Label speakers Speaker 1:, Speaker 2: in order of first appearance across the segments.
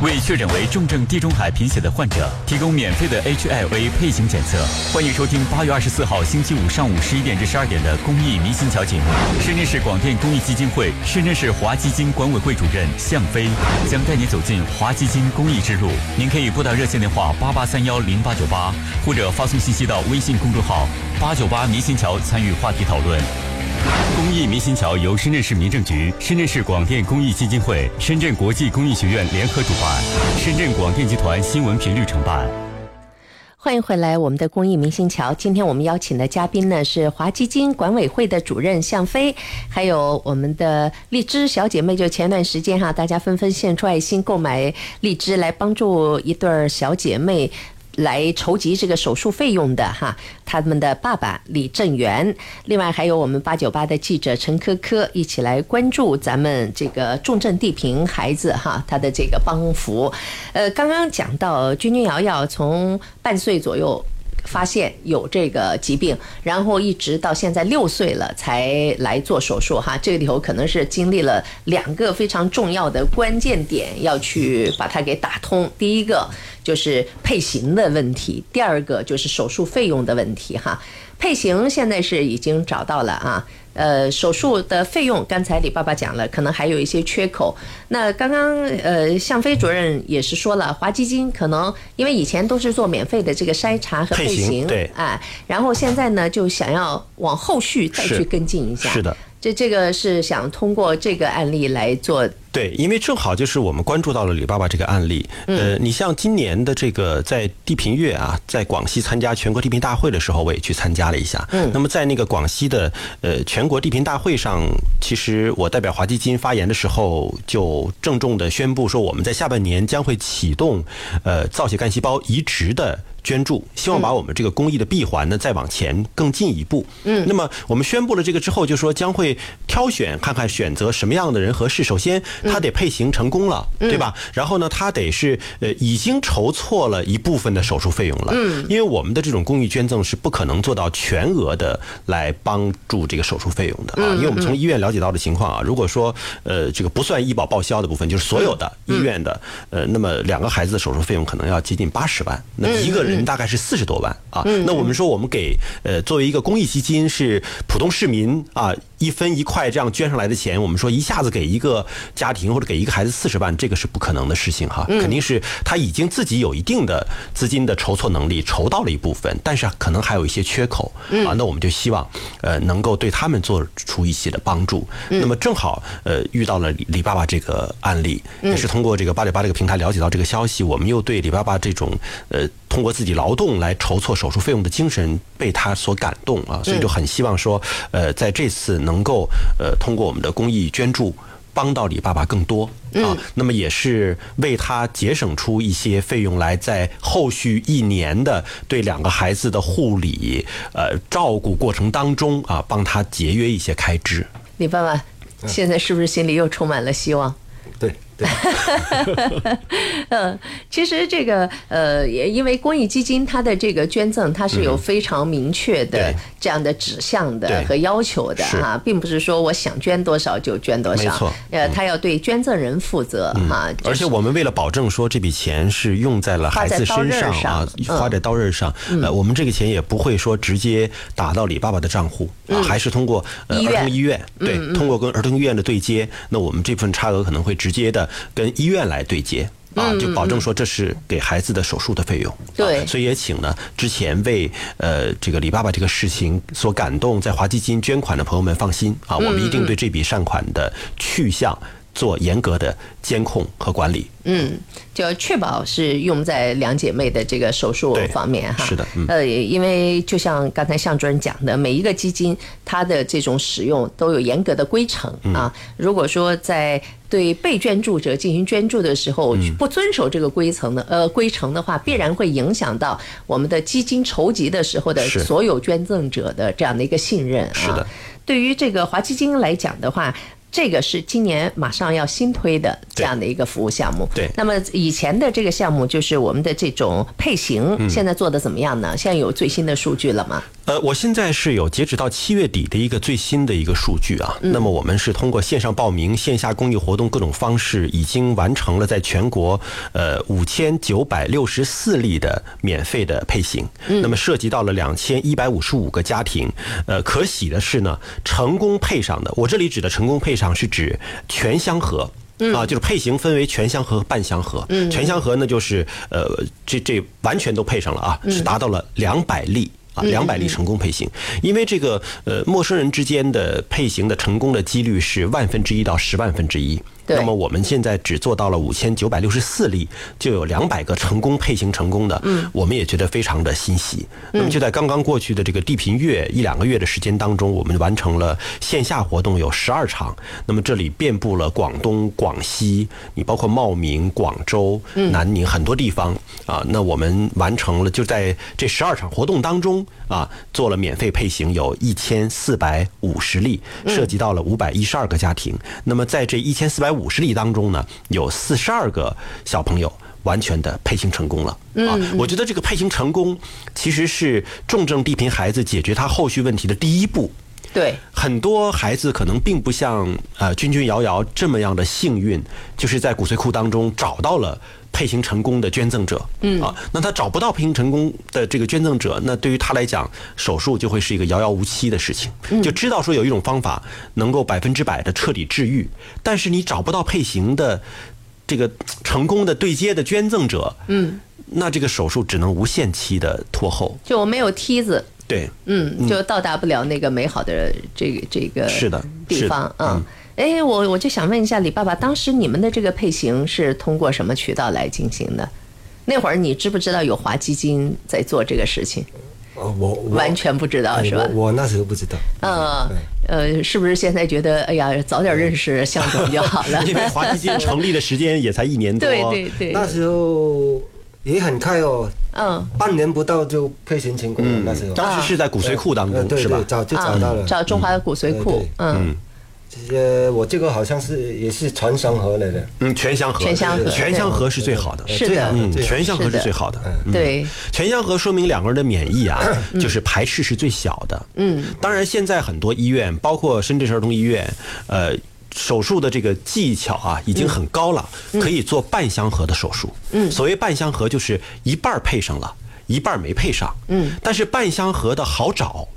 Speaker 1: 为确诊为重症地中海贫血的患者提供免费的 HIV 配型检测。欢迎收听八月二十四号星期五上午十一点至十二点的《公益迷心桥》节目。深圳市广电公益基金会、深圳市华基金管委会主任向飞将带你走进华基金公益之路。您可以拨打热线电话八八三幺零八九八，或者发送信息到微信公众号“八九八迷心桥”参与话题讨论。公益民心桥由深圳市民政局、深圳市广电公益基金会、深圳国际公益学院联合主办，深圳广电集团新闻频率承办。
Speaker 2: 欢迎回来，我们的公益明星桥。今天我们邀请的嘉宾呢是华基金管委会的主任向飞，还有我们的荔枝小姐妹。就前段时间哈，大家纷纷献出爱心购买荔枝，来帮助一对儿小姐妹来筹集这个手术费用的哈。他们的爸爸李正元，另外还有我们八九八的记者陈科科，一起来关注咱们这个重症地贫孩子哈，他的这个帮扶。呃，刚刚讲到君君瑶瑶从半岁左右。发现有这个疾病，然后一直到现在六岁了才来做手术哈，这个里头可能是经历了两个非常重要的关键点，要去把它给打通。第一个就是配型的问题，第二个就是手术费用的问题哈。配型现在是已经找到了啊，呃，手术的费用刚才李爸爸讲了，可能还有一些缺口。那刚刚呃，向飞主任也是说了，华基金可能因为以前都是做免费的这个筛查和
Speaker 3: 配
Speaker 2: 配
Speaker 3: 型
Speaker 2: 型，
Speaker 3: 对
Speaker 2: 哎，然后现在呢就想要往后续再
Speaker 3: 是
Speaker 2: 去跟进一下，
Speaker 3: 是的，
Speaker 2: 这这个是想通过这个案例来做，
Speaker 3: 对，因为正好就是我们关注到了李爸爸这个案例。呃，你像今年的这个在地平乐啊，在广西参加全国地平大会的时候，我也去参加了一下。嗯，那么在那个广西的呃全国地平大会上，其实我代表华基金发言的时候，就郑重的宣布说，我们在下半年将会启动呃造血干细胞移植的。捐助，希望把我们这个公益的闭环呢再往前更进一步。嗯，那么我们宣布了这个之后，就说将会挑选看看选择什么样的人合适。首先，他得配型成功了，对吧？然后呢，他得是呃已经筹措了一部分的手术费用了。嗯，因为我们的这种公益捐赠是不可能做到全额的来帮助这个手术费用的啊，因为我们从医院了解到的情况啊，如果说呃这个不算医保报销的部分，就是所有的医院的呃，那么两个孩子的手术费用可能要接近八十万，那么一个人大概是四十多万啊。那我们说我们给呃作为一个公益基金是普通市民啊一分一块这样捐上来的钱，我们说一下子给一个家庭或者给一个孩子四十万，这个是不可能的事情哈，肯定是他已经自己有一定的资金的筹措能力，筹到了一部分，但是可能还有一些缺口啊。那我们就希望呃能够对他们做出一些的帮助。那么正好呃遇到了李李爸爸这个案例，也是通过这个八九八这个平台了解到这个消息，我们又对李爸爸这种呃通过自己劳动来筹措手术费用的精神被他所感动啊，所以就很希望说呃在这次能够呃通过我们的公益捐助。帮到李爸爸更多
Speaker 4: 嗯
Speaker 3: 啊，那么也是为他节省出一些费用来，在后续一年的对两个孩子的护理、呃照顾过程当中啊，帮他节约一些开支。
Speaker 2: 李爸爸
Speaker 3: 嗯
Speaker 2: 现在是不是心里又充满了希望？
Speaker 4: 对对，
Speaker 2: 嗯， 其实这个呃，也因为公益基金它的这个捐赠，它是有非常明确
Speaker 3: 嗯
Speaker 2: 的
Speaker 3: 对
Speaker 2: 这样的指向的
Speaker 3: 对
Speaker 2: 和要求的
Speaker 3: 是
Speaker 2: 哈、并不是说我想捐多少就捐多少，
Speaker 3: 没错嗯
Speaker 2: 呃，他要对捐赠人负责啊哈、就是
Speaker 3: 而且我们为了保证说这笔钱是用在了孩子身上
Speaker 2: 花
Speaker 3: 啊
Speaker 2: 在刀刃，上嗯嗯
Speaker 3: 花在刀刃上，呃，我们这个钱也不会说直接打到李爸爸的账户啊，还是通过呃
Speaker 2: 嗯医
Speaker 3: 儿
Speaker 2: 院
Speaker 3: 童医院对，通过跟儿童医院的对接，那我们这部分差额可能会直接的跟医院来对接。啊，就保证说这是给孩子的手术的费用。
Speaker 2: 对
Speaker 3: 啊所以也请呢之前为呃这个李爸爸这个事情所感动，在华基金捐款的朋友们放心啊，我们一定对这笔善款的去向做严格的监控和管理。
Speaker 2: 嗯，就确保是用在两姐妹的这个手术
Speaker 3: 对
Speaker 2: 方面哈。
Speaker 3: 是的嗯
Speaker 2: 呃，因为就像刚才向主任讲的，每一个基金它的这种使用都有严格的规程
Speaker 3: 嗯
Speaker 2: 啊。如果说在对被捐助者进行捐助的时候，
Speaker 3: 嗯
Speaker 2: 不遵守这个规程的呃规程的话，必然会影响到我们的基金筹集的时候的
Speaker 3: 是
Speaker 2: 所有捐赠者的这样的一个信任啊。
Speaker 3: 是的
Speaker 2: 对于这个华基金来讲的话，这个是今年马上要新推的这样的一个服务项目。
Speaker 3: 对
Speaker 2: 那么以前的这个
Speaker 3: 嗯
Speaker 2: 项目就是我们的这种配型，现在做的怎么样呢？现在有最新的数据了吗？
Speaker 3: 呃，我现在是有截止到七月底的一个最新的一个数据啊。那么我们是通过线上报名、线下公益活动各种方式，已经完成了在全国呃五千九百六十四例的免费的配型。那么涉及到了两千一百五十五个家庭。呃，可喜的是呢，成功配上的，我这里指的成功配上是指全相合。啊，就是配型分为全相合和半相合。全相合呢，就是呃，这这完全都配上了啊，是达到了两百例。啊，两百例成功配型，因为这个呃，陌生人之间的配型的成功的几率是万分之一到十万分之一。
Speaker 2: 对
Speaker 3: 那么我们现在只做到了五千九百六十四例，就有两百个成功配型成功的，嗯，我们也觉得非常的欣喜。那么就在刚刚过去的这个地平月一两个月的时间当中，我们完成了线下活动有十二场，那么这里遍布了广东、广西，你包括茂名、广州、南宁很多地方啊。那我们完成了就在这十二场活动当中啊，做了免费配型有一千四百五十例，涉及到了五百一十二个家庭。那么在这一千四百五十例当中呢，有四十二个小朋友完全的配型成功了。啊，我觉得这个配型成功其实是重症地贫孩子解决他后续问题的第一步。
Speaker 2: 对，
Speaker 3: 很多孩子可能并不像呃君君瑶瑶这么样的幸运，就是在骨髓库当中找到了配型成功的捐赠者。嗯啊，那他找不到配型成功的这个捐赠者，那对于他来讲，手术就会是一个遥遥无期的事情。就知道说有一种方法能够百分之百的彻底治愈，但是你找不到配型的这个成功的对接的捐赠者，嗯，那这个手术只能无限期的拖后。
Speaker 2: 就我没有梯子，
Speaker 3: 对，
Speaker 2: 嗯，就到达不了那个美好的这个这个
Speaker 3: 是的
Speaker 2: 地
Speaker 3: 是的嗯
Speaker 2: 方啊。哎，我我就想问一下李爸爸，当时你们的这个配型是通过什么渠道来进行的？那会儿你知不知道有华基金在做这个事情？
Speaker 4: 哦，我我
Speaker 2: 完全不知道
Speaker 4: 哎
Speaker 2: 是吧？
Speaker 4: 我我那时候不知道，
Speaker 2: 嗯呃，是不是现在觉得哎呀，早点认识向总就好了？
Speaker 3: 因为华基金成立的时间也才一年多，啊
Speaker 2: 对对对，
Speaker 4: 那时候也很快哦，
Speaker 2: 嗯，
Speaker 4: 半年不到就配型成功了，那时候
Speaker 3: 嗯当时是在骨髓库当
Speaker 4: 呃
Speaker 3: 中，
Speaker 4: 对
Speaker 3: 是吧
Speaker 4: 对，？早就
Speaker 2: 啊
Speaker 4: 找到了。
Speaker 2: 找中华的骨髓库，嗯，
Speaker 4: 呃，我这个好像是也是传商合来的，
Speaker 3: 嗯，全相合，
Speaker 2: 全相合
Speaker 3: 全相合是最好的，
Speaker 2: 是的
Speaker 3: 嗯，
Speaker 4: 对
Speaker 3: 全相合
Speaker 2: 是的
Speaker 3: 是最好的。嗯
Speaker 2: 对，嗯
Speaker 3: 全相合说明两个人的免疫啊，就是排斥是最小的。嗯，当然现在很多医院，包括深圳市儿童医院，呃。手术的这个技巧啊，已经很高了，
Speaker 2: 嗯
Speaker 3: 可以做半相合的手术。嗯，所谓半相合，就是一半儿配上了，一半儿没配上。嗯，但是半相合的好找，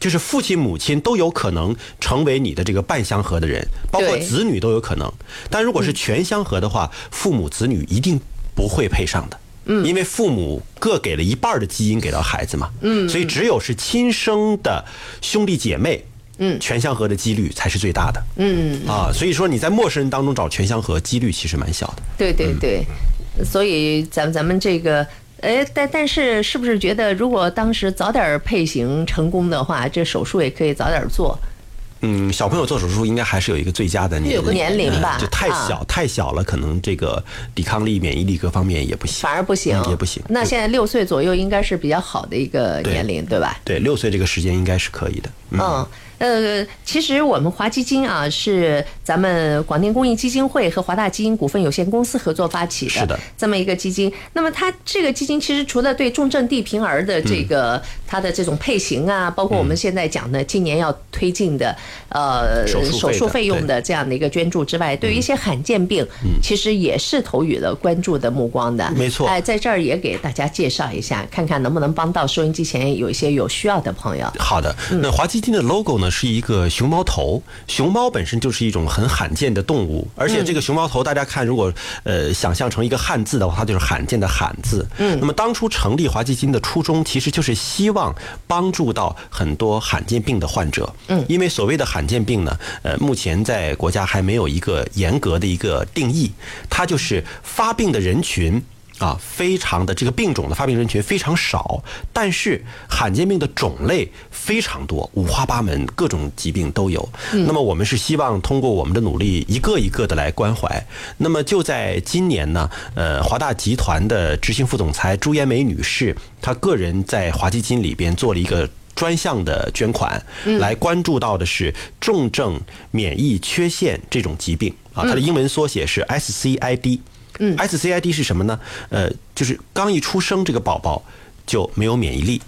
Speaker 3: 就是父亲母亲都有可能成为你的这个半相合的人，包括
Speaker 2: 对
Speaker 3: 子女都有可能。但如果
Speaker 2: 嗯
Speaker 3: 是全相合的话，父母子女一定不会配上的。嗯，因为父母各给了一半儿的基因给到孩子嘛，嗯，所以只有是亲生的兄弟姐妹，嗯，全相合的几率才是最大的，嗯啊，所以说你在陌生人当中找全相合，几率其实蛮小的。
Speaker 2: 对对对，所以咱咱们这个。哎，但但是是不是觉得，如果当时早点配型成功的话，这手术也可以早点做？
Speaker 3: 嗯，小朋友做手术应该还是有一个最佳的年
Speaker 2: 有个
Speaker 3: 龄，
Speaker 2: 年龄吧啊
Speaker 3: 嗯就太小、太小了，可能这个抵抗力、免疫力各方面也不行，
Speaker 2: 反而不行，
Speaker 3: 嗯也不行。
Speaker 2: 那现在六岁左右应该是比较好的一个
Speaker 3: 对
Speaker 2: 年龄，对吧？
Speaker 3: 对六岁这个时间应该是可以的，嗯
Speaker 2: 嗯，呃，其实我们华基金啊是咱们广电公益基金会和华大基因股份有限公司合作发起的，
Speaker 3: 是的
Speaker 2: 这么一个基金。那么它这个基金其实除了对重症地贫儿的这
Speaker 3: 嗯
Speaker 2: 个、它的这种配型啊，包括我们现在讲的今年要推进的、呃
Speaker 3: 手术费的嗯
Speaker 2: 术费用的这样的一个捐助之外，对于一些罕见病，其实也是投予了关注的目光的。
Speaker 3: 没错
Speaker 2: 哎，在这儿也给大家介绍一下，看看能不能帮到收音机前有一些有需要的朋友。
Speaker 3: 好的，嗯那华基金的 logo 呢是一个熊猫头，熊猫本身就是一种很罕见的动物，而且这个熊猫头大家看，如果呃想象成一个汉字的话，它就是罕见的罕字。嗯，那么当初成立华基金的初衷，其实就是希望帮助到很多罕见病的患者。嗯，因为所谓的罕见病呢，呃，目前在国家还没有一个严格的一个定义，它就是发病的人群。啊，非常的这个病种的发病人群非常少，但是罕见病的种类非常多，五花八门，各种疾病都有。那么我们是希望通过我们的努力，一个一个的来关怀。那么就在今年呢，呃，华大集团的执行副总裁朱延梅女士，她个人在华基金里边做了一个。专项的捐款，来关注到的是重症免疫缺陷这种疾病啊，它的英文缩写是 SCID。嗯，SCID 是什么呢？呃，就是刚一出生这个宝宝就没有免疫力。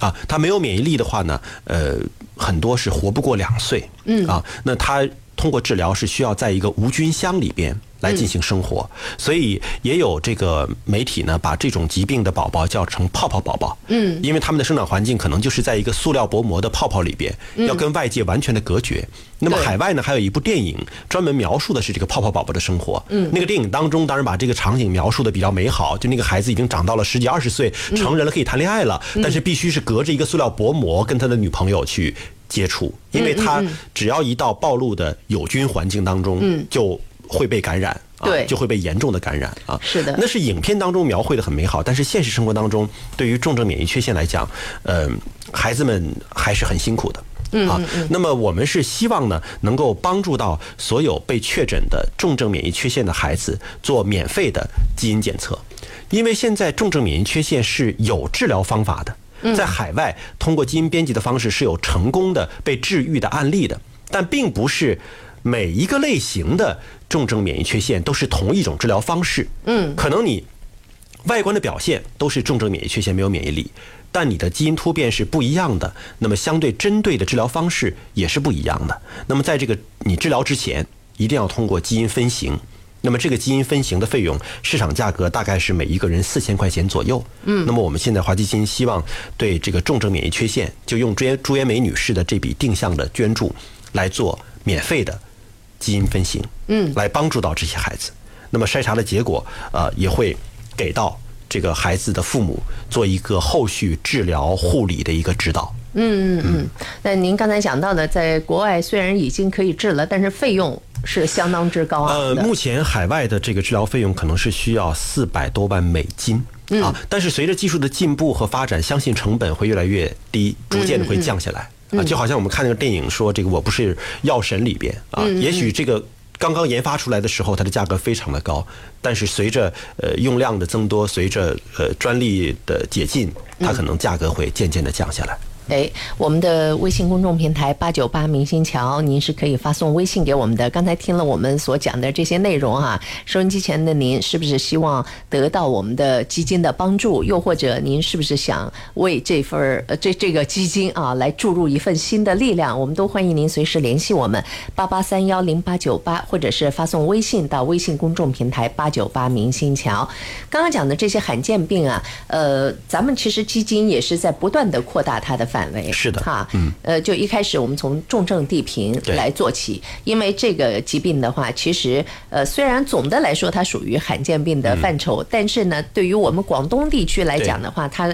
Speaker 3: 啊，他没有免疫力的话呢，呃，很多是活不过两岁，嗯啊，那他通过治疗是需要在一个无菌箱里边来进行生活，所以也有这个媒体呢把这种疾病的宝宝叫成泡泡宝宝，嗯，因为他们的生长环境可能就是在一个塑料薄膜的泡泡里边，要跟外界完全的隔绝。那么
Speaker 2: 对
Speaker 3: 海外呢还有一部电影专门描述的是这个泡泡宝宝的生活，嗯，那个电影当中当然把这个场景描述的比较美好，就那个孩子已经长到了十几二十岁，成人了可以谈恋爱了，但是必须是隔着一个塑料薄膜跟他的女朋友去。接触，因为他只要一到暴露的有菌环境当中，就会被感染，啊
Speaker 2: 对
Speaker 3: 就会被严重的感染啊。
Speaker 2: 是的
Speaker 3: 那是影片当中描绘的很美好，但是现实生活当中，对于重症免疫缺陷来讲，嗯、孩子们还是很辛苦的。
Speaker 2: 嗯
Speaker 3: 啊，那么我们是希望呢，能够帮助到所有被确诊的重症免疫缺陷的孩子做免费的基因检测，因为现在重症免疫缺陷是有治疗方法的，在海外通过基因编辑的方式是有成功的被治愈的案例的，但并不是每一个类型的重症免疫缺陷都是同一种治疗方式。嗯，可能你外观的表现都是重症免疫缺陷没有免疫力，但你的基因突变是不一样的，那么相对针对的治疗方式也是不一样的。那么在这个你治疗之前，一定要通过基因分型。那么这个基因分型的费用，市场价格大概是每一个人四千块钱左右。嗯，那么我们现在华基金希望对这个重症免疫缺陷，就用朱朱延梅女士的这笔定向的捐助来做免费的基因分型，嗯，来帮助到这些孩子。那么筛查的结果，呃，也会给到这个孩子的父母做一个后续治疗护理的一个指导。
Speaker 2: 嗯那您刚才讲到的，在国外虽然已经可以治了，但是费用是相当之高啊
Speaker 3: 呃
Speaker 2: 昂，的。
Speaker 3: 目前海外的这个治疗费用可能是需要四百多万美金。
Speaker 2: 嗯
Speaker 3: 啊，但是随着技术的进步和发展，相信成本会越来越低，逐渐的
Speaker 2: 嗯
Speaker 3: 会降下来。啊，就好像我们看那个电影说这个《我不是药神》里边啊，
Speaker 2: 嗯
Speaker 3: 也许这个刚刚研发出来的时候，它的价格非常的高，但是随着呃用量的增多，随着呃专利的解禁，它可能价格会渐渐的降下来。
Speaker 2: 哎，我们的微信公众平台八九八明星桥，您是可以发送微信给我们的。刚才听了我们所讲的这些内容哈、收音机前的您是不是希望得到我们的基金的帮助？又或者您是不是想为这份儿呃这这个基金啊来注入一份新的力量？我们都欢迎您随时联系我们八八三幺零八九八，或者是发送微信到微信公众平台八九八明星桥。刚刚讲的这些罕见病啊，呃，咱们其实基金也是在不断的扩大它的范围。
Speaker 3: 是的
Speaker 2: 哈，嗯，呃，就一开始我们从重症地贫
Speaker 3: 对
Speaker 2: 来做起，因为这个疾病的话，其实呃，虽然总的来说它属于罕见病的范
Speaker 3: 嗯
Speaker 2: 畴，但是呢，对于我们广东地区来讲的话，它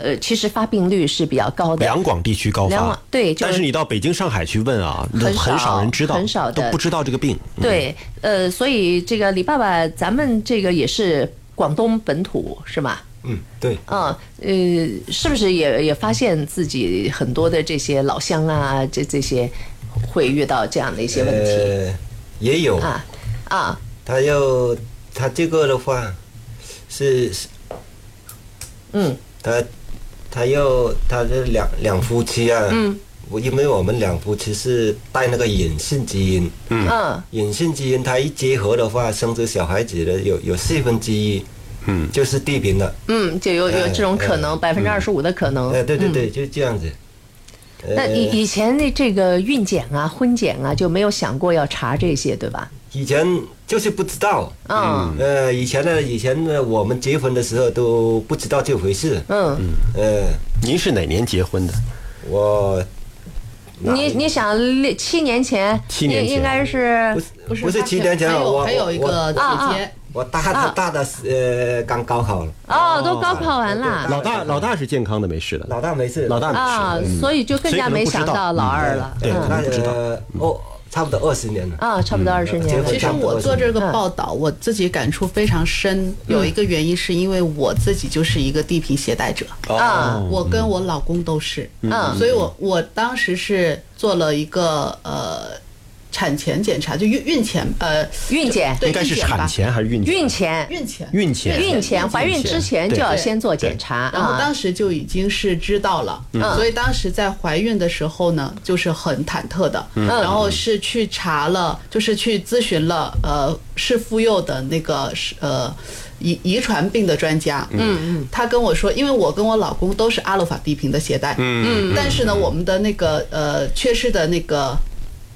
Speaker 2: 呃，其实发病率是比较高的。
Speaker 3: 两广地区高
Speaker 2: 两
Speaker 3: 发
Speaker 2: 广，对就是
Speaker 3: 但是你到北京、上海去问啊，
Speaker 2: 很少
Speaker 3: 少人知道，
Speaker 2: 很少的
Speaker 3: 都不知道这个病。嗯
Speaker 2: 对，呃，所以这个李爸爸，咱们这个也是广东本土是吧？
Speaker 4: 嗯，对，
Speaker 2: 嗯，呃，是不是也也发现自己很多的这些老乡啊，这这些会遇到这样的一些问题、
Speaker 4: 呃，也有，
Speaker 2: 啊啊？
Speaker 4: 他要他这个的话是，是
Speaker 2: 嗯，
Speaker 4: 他他要他这两两夫妻啊，嗯，我因为我们两夫妻是带那个隐性基因，嗯，
Speaker 2: 嗯
Speaker 4: 隐性基因它一结合的话，生出小孩子的有有四分之一，嗯，就是地贫了，
Speaker 2: 嗯，就
Speaker 4: 呃
Speaker 2: 有有这种可能，百分之二十五的可能。嗯
Speaker 4: 哎、对对对，就这样子。
Speaker 2: 哦
Speaker 4: 呃
Speaker 2: 那以以前的这个孕检啊、婚检啊，就没有想过要查这些，对吧？
Speaker 4: 以前就是不知道，
Speaker 2: 嗯
Speaker 4: 呃，以前呢，以前呢，我们结婚的时候都不知道这回事，
Speaker 2: 嗯，
Speaker 4: 呃，
Speaker 3: 您是哪年结婚的？
Speaker 4: 我哪
Speaker 2: 你你想六七年前，
Speaker 3: 七年
Speaker 2: 应
Speaker 3: 前
Speaker 2: 应该是
Speaker 4: 不是不是七年前
Speaker 5: 还有
Speaker 4: 我
Speaker 5: 还有一个
Speaker 4: 我
Speaker 5: 姐
Speaker 2: 啊
Speaker 5: 姐，
Speaker 4: 我大他大的呃刚高考了，
Speaker 2: 哦，都高考完
Speaker 4: 对
Speaker 2: 了
Speaker 4: 对
Speaker 3: 老大，老大是健康的，没事的。
Speaker 4: 老大没事，
Speaker 3: 老大
Speaker 2: 啊
Speaker 3: 没事，嗯，
Speaker 2: 所以就更
Speaker 3: 所以
Speaker 2: 加
Speaker 3: 可能
Speaker 2: 没
Speaker 3: 不知
Speaker 2: 想
Speaker 3: 道
Speaker 2: 到老
Speaker 3: 嗯
Speaker 2: 二了。嗯
Speaker 3: 对，可
Speaker 4: 那
Speaker 3: 能不知道。嗯
Speaker 4: 呃哦，差不多二十年了，
Speaker 2: 啊，差不多二十年了
Speaker 4: 结婚
Speaker 5: 其实
Speaker 4: 差不多
Speaker 5: 我做这个报道，
Speaker 2: 嗯
Speaker 5: 我自己感触非常深。有一个原因是因为我自己就是一个地贫携带者，
Speaker 2: 啊，
Speaker 5: 我跟我老公都是，
Speaker 2: 嗯
Speaker 5: 所以我我当时是做了一个呃产前检查，就孕孕前呃
Speaker 2: 孕检
Speaker 5: 对
Speaker 3: 应该是
Speaker 5: 孕检吧
Speaker 3: 产前还是孕
Speaker 2: 孕前
Speaker 5: 孕前
Speaker 3: 孕前
Speaker 2: 孕前怀孕之前就要先做检查
Speaker 5: 然后
Speaker 2: 啊嗯
Speaker 5: 当时就已经是知道了，所以当时在怀孕的时候呢，就是很忐忑的，
Speaker 2: 嗯
Speaker 5: 然后是去查了，就是去咨询了，呃，是妇幼的那个是呃遗遗传病的专家，嗯嗯，他跟我说，因为我跟我老公都是阿鲁法地平的携带，嗯嗯，但是呢，我们的那个呃缺失的那个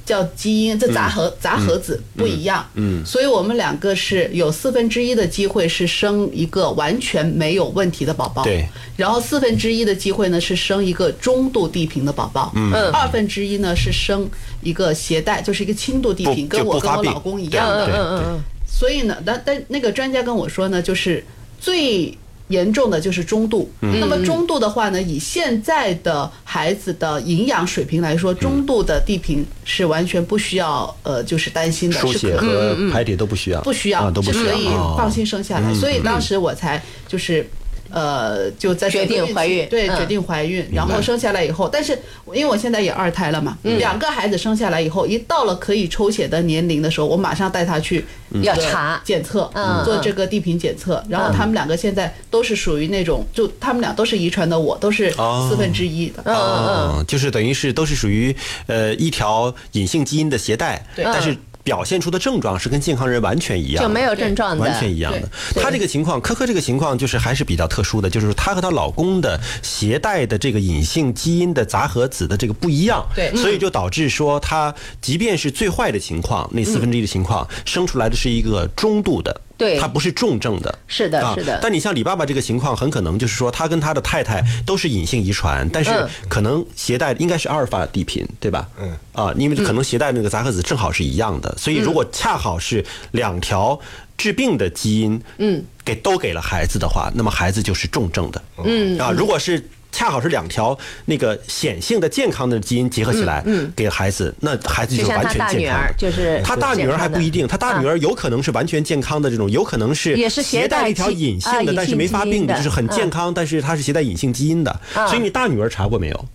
Speaker 5: 叫基因，这杂合、杂合子不一样，嗯，所以我们两个是有四分之一的机会是生一个完全没有问题的宝宝，
Speaker 3: 对，
Speaker 5: 然后四分之一的机会呢是生一个中度地平的宝宝，嗯，二分之一呢是生一个携带，就是一个轻度地
Speaker 3: 不
Speaker 5: 平，
Speaker 3: 就
Speaker 5: 跟我
Speaker 3: 不
Speaker 5: 跟
Speaker 3: 发
Speaker 5: 我
Speaker 3: 病
Speaker 5: 老公一
Speaker 3: 对
Speaker 5: 样的，
Speaker 3: 对
Speaker 2: 嗯
Speaker 3: 对
Speaker 2: 嗯
Speaker 5: 所以呢，但但那个专家跟我说呢，就是最严重的就是中度。
Speaker 3: 嗯
Speaker 5: 那么中度的话呢，以现在的孩子的营养水平来
Speaker 3: 嗯
Speaker 5: 说，中度的地平是完全不需要呃，就是担心的，
Speaker 3: 输
Speaker 5: 是
Speaker 3: 血
Speaker 5: 可
Speaker 3: 和
Speaker 2: 嗯
Speaker 3: 排铁都不需要，
Speaker 5: 不需要，
Speaker 3: 啊都不
Speaker 5: 是
Speaker 3: 需
Speaker 5: 可
Speaker 3: 要，
Speaker 5: 以
Speaker 3: 哦嗯
Speaker 5: 放心生下来。所以当时我才就是。呃，就在
Speaker 2: 决定
Speaker 5: 整个孕期
Speaker 2: 怀孕
Speaker 5: 对，
Speaker 2: 嗯
Speaker 5: 决定怀孕，然后生下来以后，但是因为我现在也二胎了嘛，
Speaker 2: 嗯
Speaker 5: 两个孩子生下来以后，一到了可以抽血的年龄的时候，我马上带他去
Speaker 2: 嗯要
Speaker 5: 这个
Speaker 2: 查
Speaker 5: 检测
Speaker 2: 嗯，
Speaker 5: 做这个地平检测。然后他们两个现在都是属于那种，就他们俩都是遗传的我，都是
Speaker 3: 哦
Speaker 5: 四分之一的。
Speaker 2: 嗯
Speaker 3: 哦，就是等于是都是属于呃一条隐性基因的携带，
Speaker 5: 对
Speaker 3: 但是表现出的症状是跟健康人完全一样
Speaker 2: 嗯就
Speaker 3: 的，
Speaker 2: 没有症状的，
Speaker 3: 完全一样的。她这个情况，科科这个情况就是还是比较特殊的，就是说她和她老公的携带的这个隐性基因的杂合子的这个不一样，
Speaker 2: 嗯
Speaker 5: 对
Speaker 3: 所以就导致说她即便是最坏的情况，那四分之一的情况生出来的是一个中度的，
Speaker 2: 嗯对
Speaker 3: 她不是重症的，
Speaker 2: 是的
Speaker 3: 啊
Speaker 2: 是的
Speaker 3: 但你像李爸爸这个情况，很可能就是说他跟他的太太都是隐性遗传，但是
Speaker 2: 嗯
Speaker 3: 可能携带应该是阿尔法地贫，对吧？
Speaker 4: 嗯
Speaker 3: 啊，因为可能携带那个杂合子正好是一样
Speaker 2: 嗯
Speaker 3: 的，所以如果恰好是两条致病的基因，嗯，给都给了孩子的话，那么孩子就是重症的，嗯啊，如果是。恰好是两条那个显性的健康的基因结合起来，嗯，给孩子，那孩子就
Speaker 2: 就是像
Speaker 3: 完
Speaker 2: 他
Speaker 3: 全
Speaker 2: 大
Speaker 3: 健
Speaker 2: 女
Speaker 3: 康
Speaker 2: 儿
Speaker 3: 的，。
Speaker 2: 就是
Speaker 3: 他大女儿还不一定，他大女
Speaker 2: 儿
Speaker 3: 儿有可能是完全健康的这种，有可能是
Speaker 2: 也是
Speaker 3: 携
Speaker 2: 携带
Speaker 3: 带一条
Speaker 2: 基
Speaker 3: 隐
Speaker 2: 啊
Speaker 3: 性的，
Speaker 2: 隐
Speaker 3: 但是
Speaker 2: 性
Speaker 3: 没
Speaker 2: 基
Speaker 3: 发
Speaker 2: 因
Speaker 3: 病
Speaker 2: 的嗯
Speaker 3: 就是很健康，但是它是携带隐性基因的。
Speaker 2: 啊
Speaker 3: 所以你大女儿查过没有？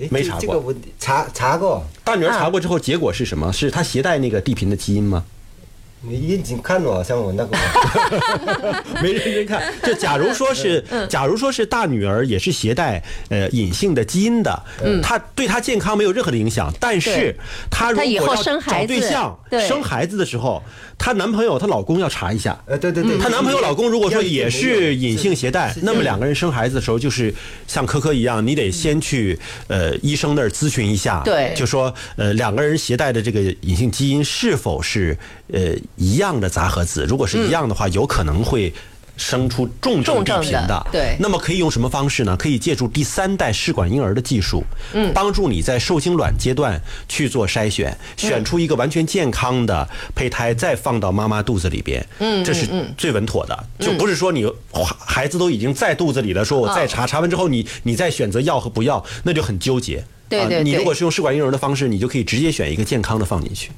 Speaker 4: 诶
Speaker 3: 没
Speaker 4: 这
Speaker 3: 查
Speaker 4: 这
Speaker 3: 过
Speaker 4: 个问题，查查过，
Speaker 3: 大女儿查过之后，
Speaker 2: 嗯
Speaker 3: 结果是什么？是她携带那个地贫的基因 吗？
Speaker 4: 你眼睛看我，好像闻到过。
Speaker 3: 没认真看。就假如说是，
Speaker 2: 嗯
Speaker 3: 假如说是大女儿也是携带呃隐性的基因的，她对她健康没有任何的影响，但是
Speaker 2: 嗯对
Speaker 3: 她如
Speaker 2: 她
Speaker 3: 果
Speaker 2: 以后
Speaker 3: 要
Speaker 2: 生孩
Speaker 3: 找
Speaker 2: 子
Speaker 3: 对象、
Speaker 2: 对
Speaker 3: 生孩子的时候，她男朋友、她老公要查一下。
Speaker 4: 呃，对对对，
Speaker 3: 她男朋友、老公如果说也是隐性携带，那么两个人生孩子的时候，就是像科科一样，你得先去呃医生那儿咨询一下，
Speaker 2: 对
Speaker 3: 就说呃两个人携带的这个隐性基因是否是呃一样的杂合子，如果是一样的话，有可能会。生出重症
Speaker 2: 重症
Speaker 3: 地
Speaker 2: 的
Speaker 3: 贫的，
Speaker 2: 对
Speaker 3: 那么可以用什么方式呢？可以借助第三代试管婴儿的技术，嗯，帮助你在受精卵阶段去做筛选，选出一个完全健康的胚胎，再放到妈妈肚子里边，嗯，这是最稳妥的，就不是说你哇孩子都已经在肚子里了，说我再查，查完之后你你再选择要和不要，那就很纠结。
Speaker 2: 对对
Speaker 3: 啊，你
Speaker 2: 对
Speaker 3: 如果是用试管婴儿的方式，你就可以直接选一个健康的放进去。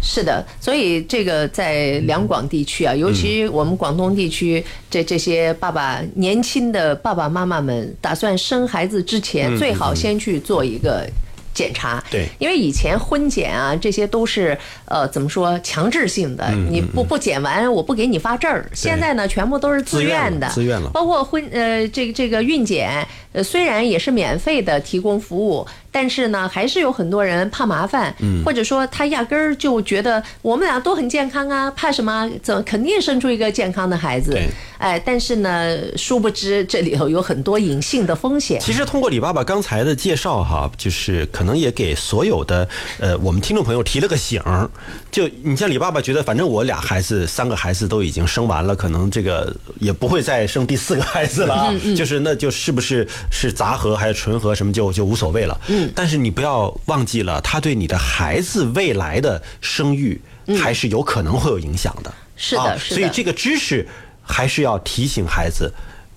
Speaker 2: 是的，所以这个在两广地区
Speaker 3: 嗯
Speaker 2: 啊，尤其我们广东地区，这这些爸爸年轻的爸爸妈妈们，打算生孩子之前，最好先去做一个。检查，
Speaker 3: 嗯对
Speaker 2: 因为以前婚检啊，这些都是呃怎么说强制性的，
Speaker 3: 嗯
Speaker 2: 你不不检完我不给你发证儿。现在呢，全部都是自
Speaker 3: 自愿了
Speaker 2: 愿的，
Speaker 3: 自愿了
Speaker 2: 包括婚呃这个这个孕检，呃虽然也是免费的提供服务，但是呢，还是有很多人怕麻烦，
Speaker 3: 嗯
Speaker 2: 或者说他压根儿就觉得我们俩都很健康啊，怕什么？怎么肯定生出一个健康的孩子
Speaker 3: 对？
Speaker 2: 哎，但是呢，殊不知这里头有很多隐性的风险。
Speaker 3: 其实通过李爸爸刚才的介绍哈，就是可能也给所有的呃我们听众朋友提了个醒儿。就你像李爸爸觉得，反正我俩孩子、三个孩子都已经生完了，可能这个也不会再生第四个孩子了啊。就是那就是不是是杂合还是纯合什么就就无所谓了。嗯。但是你不要忘记了，他对你的孩子未来的生育还是有可能会有影响的。
Speaker 2: 是的
Speaker 3: 啊
Speaker 2: 是的
Speaker 3: 所以这个知识还是要提醒孩子，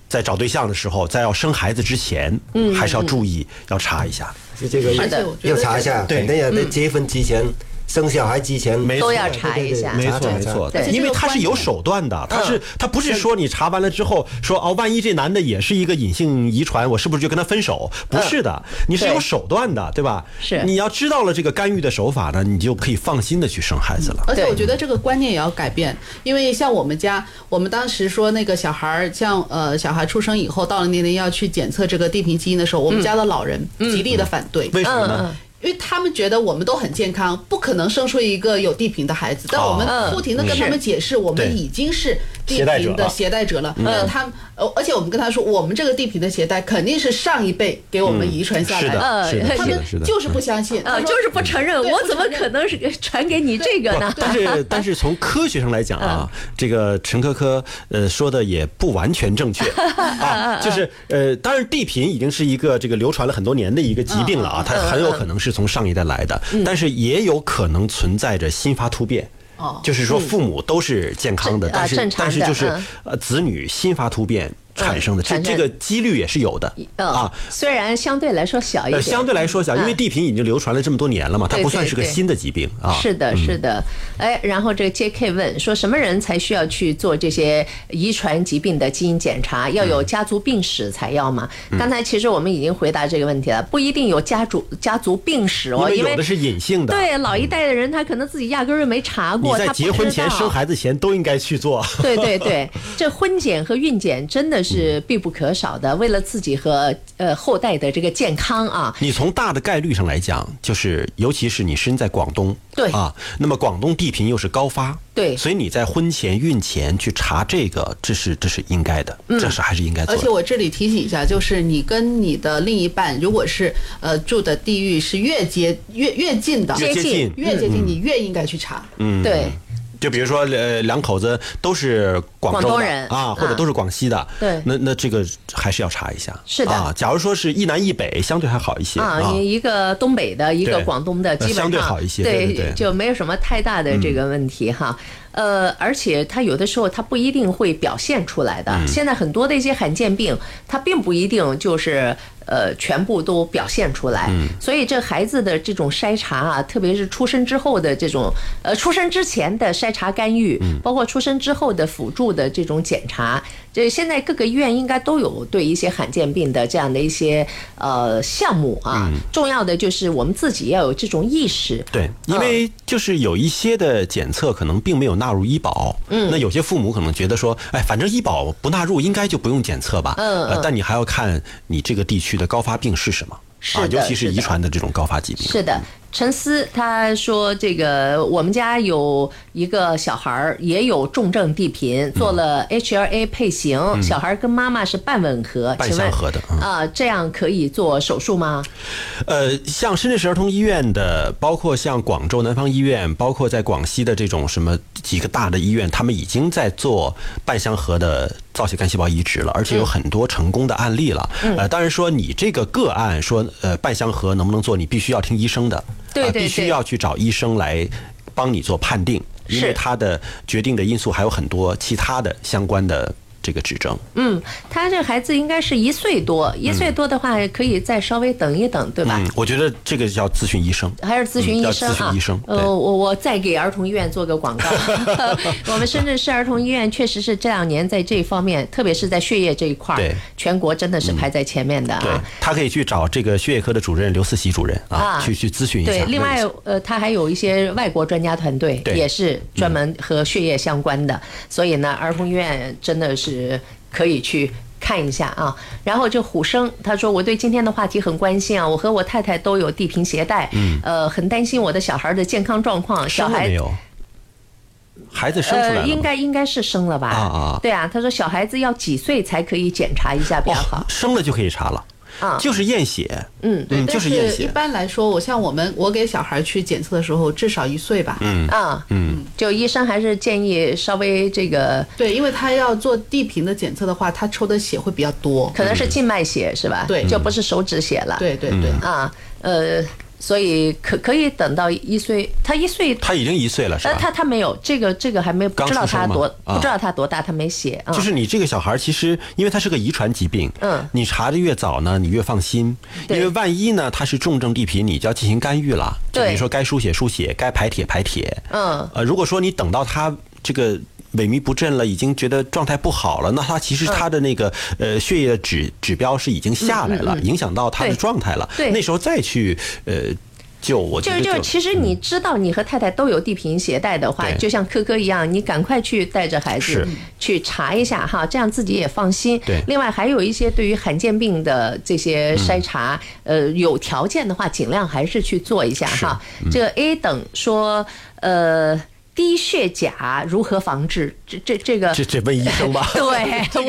Speaker 3: 在找对象的时候，在要生孩子之前，
Speaker 2: 嗯
Speaker 3: 还是要注意，要查一下。
Speaker 4: 是这个
Speaker 5: 而且我觉得
Speaker 4: 要查一下，
Speaker 3: 对
Speaker 4: 肯定要在结婚之前、生小孩之前，
Speaker 3: 没错
Speaker 2: 嗯都要查一下
Speaker 3: 没
Speaker 4: 对对对
Speaker 3: 错，
Speaker 4: 查
Speaker 3: 没
Speaker 4: 查
Speaker 3: 错
Speaker 4: 查，
Speaker 2: 对
Speaker 3: 因为它是有手段的，它是它不
Speaker 2: 嗯
Speaker 3: 是说你查完了之后说哦，万一这男的也是一个隐性遗传，我是不是就跟他分手？不是的，你是有手段的，对吧？
Speaker 2: 嗯是
Speaker 3: 你要知道了这个干预的手法呢，你就可以放心的去生孩子了。
Speaker 5: 而且我
Speaker 2: 对
Speaker 5: 觉得这个观念也要改变，因为像我们家，我们当时说那个小孩儿，像呃小孩出生
Speaker 2: 嗯
Speaker 5: 以后到了年龄要去检测这个地平基因的时候，我们家的老人极力的反对，
Speaker 3: 嗯为什么呢？
Speaker 5: 因为他们觉得我们都很健康，不可能生出一个有地平的孩子，但我们
Speaker 2: 嗯
Speaker 5: 不停的跟他们解释，我
Speaker 3: 对
Speaker 5: 们已经是地
Speaker 3: 携带者嗯
Speaker 5: 平的
Speaker 3: 了
Speaker 5: 携带者了。那他们，呃而且我们跟他说，我们这个地平的携带肯定是上一辈给我们遗传
Speaker 3: 嗯
Speaker 5: 下
Speaker 3: 是
Speaker 5: 来
Speaker 3: 的，
Speaker 2: 嗯
Speaker 3: 是的，
Speaker 5: 他
Speaker 3: 是
Speaker 5: 们
Speaker 3: 的，是的，
Speaker 5: 就是不相信，他
Speaker 2: 呃，
Speaker 5: 说
Speaker 2: 就是不承认，
Speaker 5: 对
Speaker 2: 我
Speaker 5: 不
Speaker 2: 怎么
Speaker 5: 承认
Speaker 2: 可能是传给你这 个呢
Speaker 3: 不？但是但是从科学上来讲啊，
Speaker 2: 嗯
Speaker 3: 这个陈科科呃说的也不完全正 确啊，就是呃，当然地贫已经是一个这个流传了很多年的一个疾病了
Speaker 2: 嗯
Speaker 3: 啊，它很有可能是从上一代来的，但是也有可能存在着新发突变。
Speaker 5: 哦
Speaker 3: 就是说父母都是健康的，
Speaker 2: 嗯正啊
Speaker 3: 但是
Speaker 2: 正常
Speaker 3: 但
Speaker 2: 的
Speaker 3: 是就是
Speaker 2: 嗯
Speaker 3: 呃子女新发突变产生的，这
Speaker 2: 产生
Speaker 3: 这个几率也是有的
Speaker 2: 嗯、
Speaker 3: 啊。
Speaker 2: 虽然相对来说小一
Speaker 3: 呃，
Speaker 2: 点，嗯
Speaker 3: 相对来说小，因为地贫已经流传了这么多年了嘛，它
Speaker 2: 对
Speaker 3: 不算
Speaker 2: 对
Speaker 3: 是个
Speaker 2: 对
Speaker 3: 新的疾病啊。
Speaker 2: 是的，是的，哎，然后这个 J.K. 问说，什么人才需要去做这些遗传疾病的基因检查？要
Speaker 3: 嗯
Speaker 2: 有家族病史才要吗？刚才其实我们已经回答这个问题了，不一定有家族家族病史哦，
Speaker 3: 因
Speaker 2: 因
Speaker 3: 为有
Speaker 2: 为
Speaker 3: 的是隐性的，啊嗯
Speaker 2: 对老一代的人，他可能自己压根儿没查
Speaker 3: 你
Speaker 2: 过，
Speaker 3: 在
Speaker 2: 他
Speaker 3: 结婚前生
Speaker 2: 孩。
Speaker 3: 孩子前都应该去做。
Speaker 2: 对对对，这婚检和孕检真的是必不可少的，为了自己和呃后代的这个健康啊，
Speaker 3: 你从大的概率上来讲，就是尤其是你身在广东，
Speaker 2: 对
Speaker 3: 啊，那么广东地贫又是高发，
Speaker 2: 对
Speaker 3: 所以你在婚前孕前去查这个，这是这是应该的，
Speaker 2: 嗯
Speaker 3: 这是还是应该做
Speaker 5: 而且
Speaker 3: 的。
Speaker 5: 我这里提醒一下，就是你跟你的另一半，如果是呃住的地域是越接越越近的，
Speaker 3: 越接近嗯
Speaker 5: 越接近，你越应该去查。
Speaker 2: 对。
Speaker 3: 就比如说，呃，两口子都是广州的
Speaker 2: 广东人
Speaker 3: 啊，或者
Speaker 2: 啊
Speaker 3: 都是广西的，
Speaker 2: 对
Speaker 3: 那那这个还是要查一下。
Speaker 2: 是的
Speaker 3: 啊，假如说是一南一北，相对还好一些
Speaker 2: 啊，一一个东北的，一个
Speaker 3: 对
Speaker 2: 广东的，基本上
Speaker 3: 相对好一些对对对
Speaker 2: 就没有什么太大的这个问题哈。呃，而且它有的时候它不一定会表现出来
Speaker 3: 嗯
Speaker 2: 的。现在很多的一些罕见病，它并不一定就是呃全部都表现出来。
Speaker 3: 嗯
Speaker 2: 所以这孩子的这种筛查啊，特别是出生之后的这种呃出生之前的筛查干预，
Speaker 3: 嗯
Speaker 2: 包括出生之后的辅助的这种检查，这现在各个医院应该都有对一些罕见病的这样的一些呃项目啊。重要的就是我们自己要有这种意识。
Speaker 3: 嗯对，因为就是有一些的检测可能并没有纳入医保，嗯，那有些父母可能觉得说，哎，反正医保不纳入，应该就不用检测吧，
Speaker 2: 嗯
Speaker 3: 呃，但你还要看你这个地区的高发病是什么，
Speaker 2: 是
Speaker 3: 啊，
Speaker 2: 的
Speaker 3: 尤其是
Speaker 2: 是的
Speaker 3: 遗传的这种高发疾病，
Speaker 2: 是的，陈思他说这个我们家有一个小孩儿也有重症地贫，做了 HLA 配型，小孩儿跟妈妈是半吻合，
Speaker 3: 嗯半
Speaker 2: 请问
Speaker 3: 相合的嗯
Speaker 2: 啊、这样可以做手术吗？
Speaker 3: 呃，像深圳市儿童医院的，包括像广州南方医院，包括在广西的这种什么几个大的医院，他们已经在做半相合的造血干细胞移植了，而
Speaker 2: 嗯
Speaker 3: 且有很多成功的案例了。呃，当然说你这个个案说呃半相合能不能做，你必须要听医生的，
Speaker 2: 对
Speaker 3: 呃
Speaker 2: 对
Speaker 3: 必须
Speaker 2: 对
Speaker 3: 要去找医生来帮你做判定，因
Speaker 2: 是
Speaker 3: 为它的决定的因素还有很多其他的相关的这个指征。
Speaker 2: 嗯，他这孩子应该是一岁多，一岁多的话可以再稍微等一等，对吧？
Speaker 3: 嗯，我觉得这个要咨询医生。
Speaker 2: 还是咨询医
Speaker 3: 嗯要
Speaker 2: 生
Speaker 3: 咨
Speaker 2: 啊，
Speaker 3: 询医生对
Speaker 2: 呃，我我再给儿童医院做个广 告。 我们深圳市儿童医院确实是这两年在这一方面，特别是在血液这一块儿
Speaker 3: 对，
Speaker 2: 全国真的是排在前面的
Speaker 3: 对
Speaker 2: 啊。
Speaker 3: 他可以去找这个血液科的主任刘思琪主任啊，
Speaker 2: 啊
Speaker 3: 去去咨询一下。
Speaker 2: 对，
Speaker 3: 问一
Speaker 2: 另
Speaker 3: 下
Speaker 2: 外呃，他还有一些外国专家团队，
Speaker 3: 对
Speaker 2: 也是专门和血液相关的，所以呢，儿童医院真的是可以去。看一下啊，然后就虎生他说我对今天的话题很关心啊，我和我太太都有地平携带，嗯，呃，很担心我的小孩的健康状况，小
Speaker 3: 生了
Speaker 2: 孩
Speaker 3: 没有？孩子生出来了吗、
Speaker 2: 呃、应该应该是生了吧？
Speaker 3: 啊啊
Speaker 2: 对啊，他说小孩子要几岁才可以检查一下比较
Speaker 3: 哦
Speaker 2: 好，
Speaker 3: 生了就可以查了，
Speaker 2: 啊？
Speaker 3: 就是验血。
Speaker 2: 嗯
Speaker 5: 对，
Speaker 3: 嗯，就
Speaker 5: 但
Speaker 3: 是验
Speaker 5: 是一
Speaker 3: 血。
Speaker 5: 般来说，我像我们，我给小孩去检测的时候，至少一岁吧。
Speaker 3: 哦
Speaker 5: 嗯，
Speaker 2: 啊嗯，就医生还是建议稍微这个，
Speaker 5: 对，因为他要做地平的检测的话，他抽的血会比较多。
Speaker 3: 嗯
Speaker 2: 可能是静脉血是吧？
Speaker 5: 嗯对
Speaker 2: 就不是手指血了。
Speaker 5: 对对对，
Speaker 2: 啊，呃，所以可可以等到一岁，他一岁。
Speaker 3: 他已经一岁了，是
Speaker 2: 呃，
Speaker 3: 吧？
Speaker 2: 他他没有这个，这个还没不
Speaker 3: 刚
Speaker 2: 知道
Speaker 3: 出生
Speaker 2: 他
Speaker 3: 吗
Speaker 2: 多，
Speaker 3: 啊
Speaker 2: 不知道他多大，他没写啊。
Speaker 3: 就是你这个小孩，其实因为他是个遗传疾病，
Speaker 2: 嗯
Speaker 3: 你查的越早呢，你越放心，
Speaker 2: 对
Speaker 3: 因为万一呢他是重症地贫，你就要进行干预了。就
Speaker 2: 对
Speaker 3: 比如说该输血输血，该排铁排铁。
Speaker 2: 嗯，
Speaker 3: 呃，如果说你等到他这个萎靡不振了，已经觉得状态不好了，那他其实他的那个、
Speaker 2: 嗯
Speaker 3: 呃血液的指指标是已经下来了，影响到他的
Speaker 2: 对
Speaker 3: 状态了。
Speaker 2: 对
Speaker 3: 那时候再去呃救，我
Speaker 2: 就
Speaker 3: 觉
Speaker 2: 是
Speaker 3: 得嗯
Speaker 2: 就是，其实你知道你和太太都有地平携带的话，
Speaker 3: 对
Speaker 2: 就像科科一样，你赶快去带着孩子
Speaker 3: 是
Speaker 2: 去查一下哈，这样自己也放心。
Speaker 3: 对嗯
Speaker 2: 另外还有一些对于罕见病的这些筛查，呃，有条件的话，尽量还是去做一下哈。
Speaker 3: 嗯
Speaker 2: 这个 A 等说，呃。低血钾如何防治？这这这个。
Speaker 3: 这这问医生吧
Speaker 2: 对，我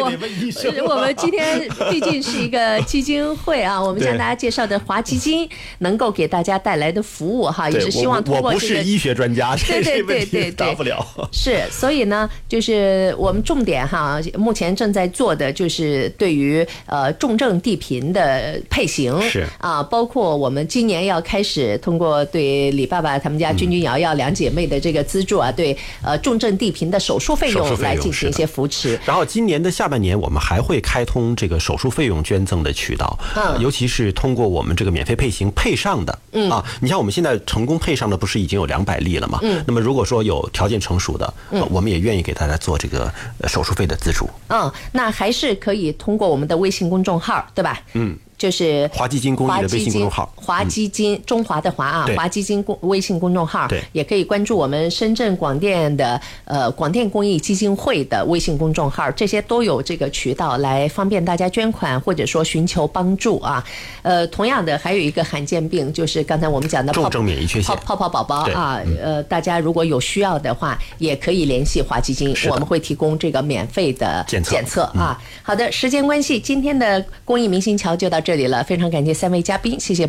Speaker 3: 啊
Speaker 2: 我们今天毕竟是一个基金会啊，我们
Speaker 3: 对
Speaker 2: 向大家介绍的华 基金能够给大家带来的服务哈，也
Speaker 3: 对
Speaker 2: 是希望
Speaker 3: 我
Speaker 2: 通
Speaker 3: 我
Speaker 2: 过
Speaker 3: 不
Speaker 2: 这
Speaker 3: 是
Speaker 2: 个。
Speaker 3: 医学专家，这这
Speaker 2: 对对对
Speaker 3: 问
Speaker 2: 对
Speaker 3: 题
Speaker 2: 对，
Speaker 3: 答不了。
Speaker 2: 是，所以呢，就是我们重点哈，目前正在做的就是对于呃重症地贫的配型
Speaker 3: 是
Speaker 2: 啊，包括我们今年要开始通过对李爸爸他们家君君瑶瑶两姐妹的这个资助啊，对呃重症地贫的手术费
Speaker 3: 手术
Speaker 2: 用
Speaker 3: 费
Speaker 2: 来
Speaker 3: 用
Speaker 2: 进
Speaker 3: 是
Speaker 2: 行一
Speaker 3: 的
Speaker 2: 些扶持。
Speaker 3: 然后今年的下半年，我们还会开通这个手术费用捐赠的渠道，
Speaker 2: 嗯
Speaker 3: 尤其是通过我们这个免费配型配上的，嗯啊，你像我们现在成功配上的，不是已经有两百例了嘛？嗯，那么如果说有条件成熟的，呃我们也愿意给大家做这个呃手术费的资助。
Speaker 2: 嗯，那还是可以通过我们的微信公众号，对吧？嗯，就是
Speaker 3: 华基金公益的
Speaker 2: 华基
Speaker 3: 微信公众号嗯
Speaker 2: 金华基金、中华的华啊，
Speaker 3: 对
Speaker 2: 华基金公微信公众号，
Speaker 3: 对
Speaker 2: 也可以关注我们深圳广电的呃广电公益基金会的微信公众号，这些都有这个渠道来方便大家捐款或者说寻求帮助啊。呃，同样的还有一个罕见病，就是刚才我们讲的
Speaker 3: 重
Speaker 2: 泡
Speaker 3: 症免疫缺陷
Speaker 2: 泡泡泡宝宝
Speaker 3: 对嗯
Speaker 2: 啊，呃，大家如果有需要的话，也可以联系华基金，
Speaker 3: 的
Speaker 2: 我们会提供这个免费的
Speaker 3: 检测嗯
Speaker 2: 检测啊。好的，时间关系，今天的公益明星桥就到这里了，非常感谢三位嘉宾，谢谢。